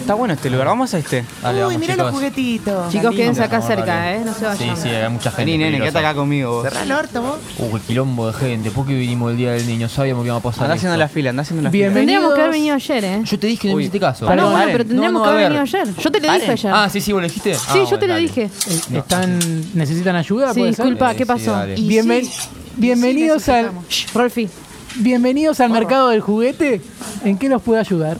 Está bueno este lugar, vamos a este. Dale, Uy, vamos, mirá los chicos. juguetitos. Chicos, quédense acá Vamos, cerca, dale. ¿eh? No se Sí, vayan. sí, hay mucha gente. Vení, nene, quédate peligrosa. acá conmigo vos. Cerrá el orto vos. Uh, qué quilombo de gente. ¿Por qué vinimos el día del niño? Sabíamos que iba a pasar. Andá haciendo esto. la fila, andá haciendo la Bien. fila. Tendríamos que haber Bienvenidos. venido ayer, ¿eh? Yo te dije que no Uy, me hiciste caso. pará. no, paren. bueno, pero No, tendríamos no, que a haber ver. venido ayer. Yo te lo dije Paren. ayer. Ah, sí, sí, vos lo dijiste. Ah, sí, yo te lo dije. Eh, Están, ¿Necesitan ayuda? Sí, ¿Puede ser? disculpa, ¿qué Sí, pasó? dale. Y Bienven- sí, bienvenidos sí, al, necesitamos. Shh, Rolfi. bienvenidos al mercado del juguete. ¿En qué nos puede ayudar?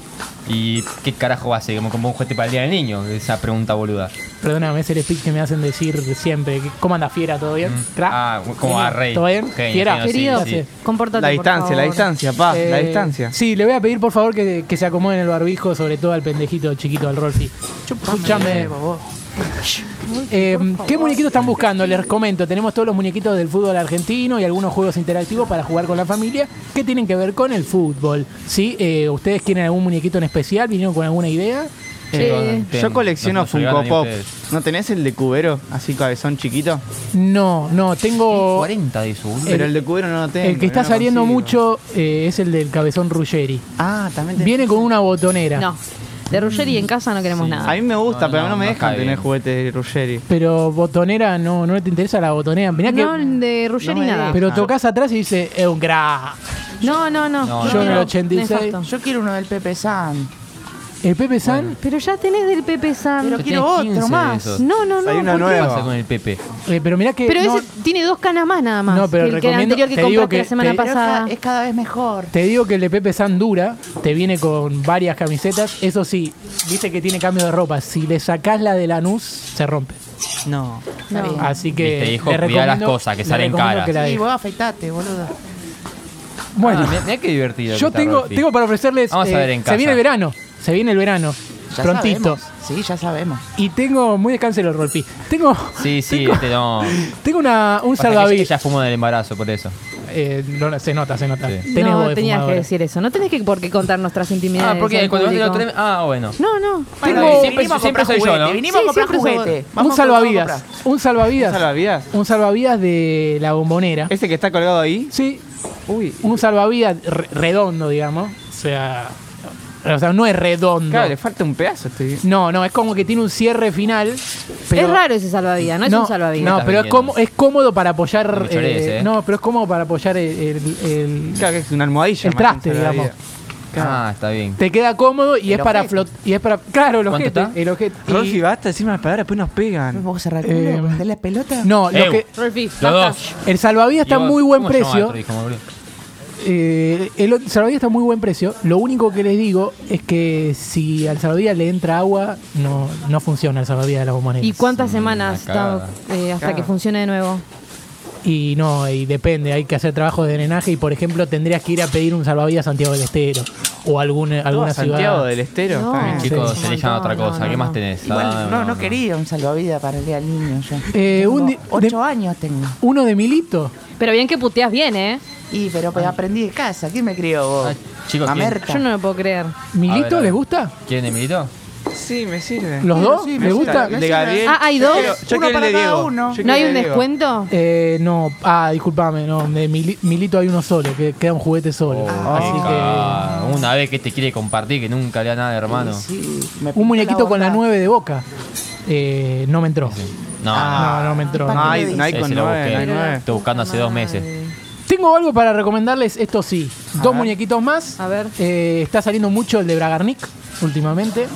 ¿Y qué carajo hace? Como como un juguete para el día del niño. Esa pregunta boluda. Perdóname, es el speech que me hacen decir siempre. ¿Cómo anda Fiera? ¿Todo bien? Cra. Ah, como a Rey. ¿Todo bien? Genio, Fiera. genio, sí, Querido, sí. compórtate. La por distancia, la favor. distancia, pa, Ah, la Eh, distancia. Sí, le voy a pedir por favor que, que se acomoden el barbijo, sobre todo al pendejito chiquito, al Rolfi. Escuchame. Eh, ¿Qué muñequitos están buscando? Les comento, tenemos todos los muñequitos del fútbol argentino y algunos juegos interactivos para jugar con la familia que tienen que ver con el fútbol. ¿Sí? Eh, ¿Ustedes quieren algún muñequito en especial? ¿Vinieron con alguna idea? Sí. Yo colecciono Nos- nos Funko regalan y Pop. ustedes. ¿No tenés el de Cubero? Así cabezón chiquito. No, no, tengo... 40 de su. Eh, Pero el de Cubero no lo tengo. eh, El que está no lo saliendo consigo. mucho eh, es el del cabezón Ruggeri. Ah, también tenés. Viene con una botonera. No. De Ruggeri en casa no queremos A nada. mí me gusta, No, pero no, no me no dejan cae tener bien. juguetes de Ruggeri. Pero botonera no, no te interesa la botonera. Mirá que. No, de Ruggeri No me Ah, nada. digas. Pero tocas atrás y dice, es un gra. No, no, no. No, Yo en el no. 86. Nefasto. Yo quiero uno del Pepe San. El Pepe San, Pero ya tenés del Pepe Pero San. quiero otro más. No, no, no. Hay una ¿por qué? ¿Qué nueva. pasa con el Pepe? eh, pero mirá que. Pero no- ese tiene dos canas más nada más. No, pero que el que el recomiendo- anterior que te digo compraste que- la semana te- Pero es ca- pasada. es cada vez mejor. Te digo que el de Pepe San dura, te viene con varias camisetas. Eso sí, viste que tiene cambio de ropa. Si le sacás la de Lanús, se rompe. No. No. Así que. Viste, hijo, le cuidá las recomiendo- cosas, que le salen recomiendo caras. que la Y dejes. vos afeitate, boludo. Bueno, Ah, mirá- mirá qué divertido. que yo está tengo, Rolfi. tengo para ofrecerles. eh, Vamos a ver en Se casa. viene el verano. Se viene el verano. Ya prontito. sabemos. Sí, ya sabemos. Y tengo. Muy descanse los Rolfi. Tengo. Sí, sí, tengo- este no. Tengo una, un Pasa que ella- salvavidas. Ella fumó del embarazo, por eso. Eh, no, no, se nota, se nota. Sí. Tenés voz no de tenías que fumadora. decir eso. No tenés que por qué contar nuestras intimidades. Ah, porque al cuando público. lo tenés- Ah, bueno. No, no. pues, Bueno, Tengo- vinimos a siempre comprar soy yo, juguete, ¿no? Vinimos Sí, a comprar siempre sos juguete. vos. Vamos un a comprar, vamos a salvavidas. Un salvavidas. ¿Salvavidas? Un salvavidas de la bombonera. ¿Ese que está colgado ahí? Sí, Uy. un salvavidas re- redondo, digamos. O sea, o sea, no es redondo. Claro, le falta un pedazo. Este. No, no, es como que tiene un cierre final. Pero es raro ese salvavidas, no es un salvavidas. No, Estás pero es, viniendo. como, es cómodo para apoyar. No me chorees, eh, eh. No, pero es cómodo para apoyar el, el- el- Claro que es una almohadilla. más el que un traste, salvavidas. digamos. Ah, está bien. Te queda cómodo y es para ojete. flot y es para claro, el ¿Cuánto ojete, está? el ojete. Y- Rolfi, basta decirme las palabras, después nos pegan. ¿Vos cerrar el Eh, culo? ¿Vendés la pelota? No, lo Ew. que, Rolfi, Los basta. dos. el salvavidas está a Y vos- muy buen ¿cómo se llama precio. otro hijo, boludo? Eh, el ot- salvavidas está a muy buen precio. Lo único que les digo es que si al salvavidas le entra agua, no, no funciona el salvavidas de las bomboneras. ¿Y cuántas Mm, semanas una cagada. estamos, eh, hasta Cagada. que funcione de nuevo? Y no, y depende, hay que hacer trabajos de drenaje y por ejemplo tendrías que ir a pedir un salvavidas a Santiago del Estero o algún, Todo a alguna ciudad. Santiago del Estero. No. también. Sí. Chicos, Sí. se le llama otra No, cosa. no, ¿Qué no. más tenés? Ah, Igual, no, no quería un salvavidas para el día del niño yo. Eh, Tengo un di- ocho de- años tengo. Uno de Milito. Pero bien que puteas bien, ¿eh? Y pero Ah. pues, aprendí de casa. ¿Quién me crió vos? Ah, chicos, A ¿quién? Merta. Yo no lo puedo creer. ¿Milito A ver, a ver. les gusta? ¿Quién, Emilito? Sí, me sirve. ¿Los Sí, dos? sí, me ¿Les sirve. gusta? Me De Gabriel. Ah, ¿hay dos? Yo quiero- Yo Uno quiero el para de cada Diego. uno. Yo ¿No quiero hay el un de Diego. descuento? Eh, no, ah, disculpame, no, de Mili- Milito hay uno solo, que queda un juguete solo. Así que Ah, Una vez Oh, que te quiere compartir, que nunca le da nada, hermano. Sí, me picó un muñequito con la bondad. 9 de boca. Eh, no me entró. No, Ah, No, no me entró. No no. hay, no hay Ese con lo nueve, busqué. no hay nueve. Estoy buscando hace dos meses. Madre. Tengo algo para recomendarles, esto sí. Dos muñequitos más. A ver. Eh, está saliendo mucho el de Bragarnik últimamente.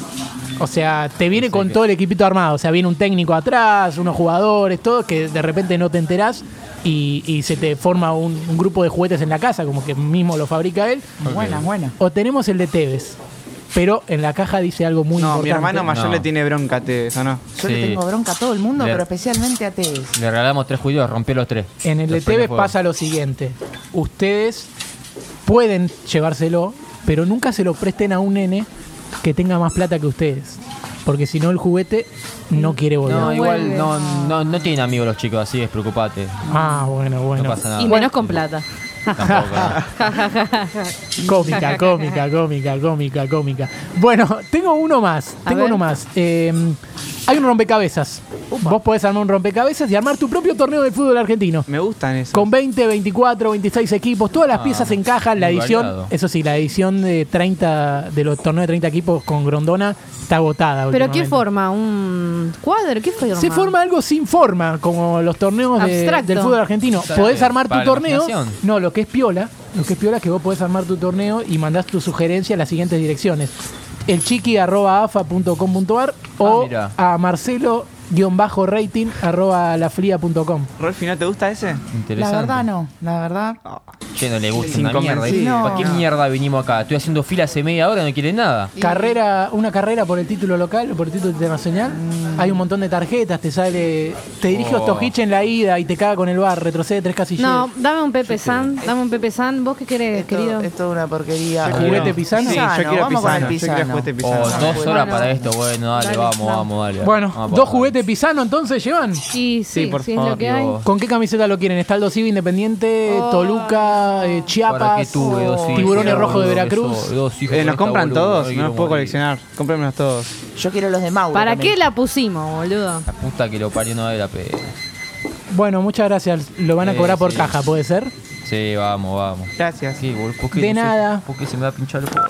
O sea, te viene Sí, con que- todo el equipito armado. O sea, viene un técnico atrás, unos jugadores, todo, que de repente no te enterás y, y se te forma un, un grupo de juguetes en la casa, como que mismo lo fabrica él. Buenas, buenas. O tenemos el de Tevez, pero en la caja dice algo muy No, mi importante. hermano mayor No. le tiene bronca a Tevez, ¿o no? Yo le Sí. tengo bronca a todo el mundo, Ver- pero especialmente a Tevez. Le regalamos tres judíos, rompió los tres. En el de Los tres Tevez juegos. pasa lo siguiente. Ustedes pueden llevárselo, pero nunca se lo presten a un nene que tenga más plata que ustedes. Porque si no, el juguete no quiere volver. No, No igual vuelve. no, no, no tienen amigos los chicos, así despreocupate. Ah, bueno, bueno. No pasa nada. Y menos con plata. Tampoco, no. Cómica, cómica, cómica, cómica, cómica. Bueno, tengo uno más. A Tengo ver. uno más. Eh, hay un rompecabezas. Vos podés armar un rompecabezas y armar tu propio torneo de fútbol argentino. Me gustan esos. Con 20, 24, 26 equipos, todas las piezas encajan. La Ah, muy edición, variado. eso sí, la edición de 30, de los torneos de 30 equipos con Grondona está agotada. ¿Pero qué últimamente. forma? ¿Un cuadro? ¿Qué forma? Se forma algo sin forma, como los torneos de- Abstracto. del fútbol argentino. Claro, Podés armar tu para la torneo. imaginación. No, lo que es piola, lo que es piola es que vos podés armar tu torneo y mandás tu sugerencia a las siguientes direcciones. El chiqui arroba afa punto com punto ar o Ah, mirá. a marcelo rating arroba lafría.com. Rolfi, ¿no te gusta ese? La Interesante. verdad no, la verdad. Che, no le gusta Sin una mierda. convencido. ¿eh? No, ¿Para qué no. mierda vinimos acá? Estoy haciendo fila hace media hora, no quieren nada. Carrera, una carrera por el título local o por el título internacional. Hay un montón de tarjetas, te sale. Te dirige Oh. Ostojic en la ida y te caga con el bar, retrocede tres casillas. No, dame un Pepe San, dame un Pepe San. ¿Vos qué querés, Esto- querido? Es toda una porquería. ¿El Eh, juguete pisano? Sí, yo quiero vamos con pisano. el Yo quiero pisano. juguete Oh, pisano. dos Bueno. horas para esto, bueno, dale, Dale, vamos, vamos. vamos, dale. Bueno, Vamos, dos vamos. juguetes pisano entonces llevan. Y sí, Sí, por sí, es favor, lo que hay. Dios. ¿Con qué camiseta lo quieren? Estaldo Civi Independiente, Toluca, eh, Para que Chiapas, tuve dos hijos, Tiburones boludo, Rojos de eso, Veracruz. dos hijos Eh, con nos esta compran boluda, todos, quiero no los puedo morir. coleccionar. Cómprenmelos todos. Yo quiero los de Mauro. ¿Para también. qué la pusimos, boludo? La puta que lo parió no vale la pena. Bueno, muchas gracias. Lo van a Eh, cobrar por sí. caja, ¿puede ser? Sí, vamos, vamos. Gracias. Sí, bol- ¿por qué De no sé? nada. ¿Por qué se me va a pinchar el codo?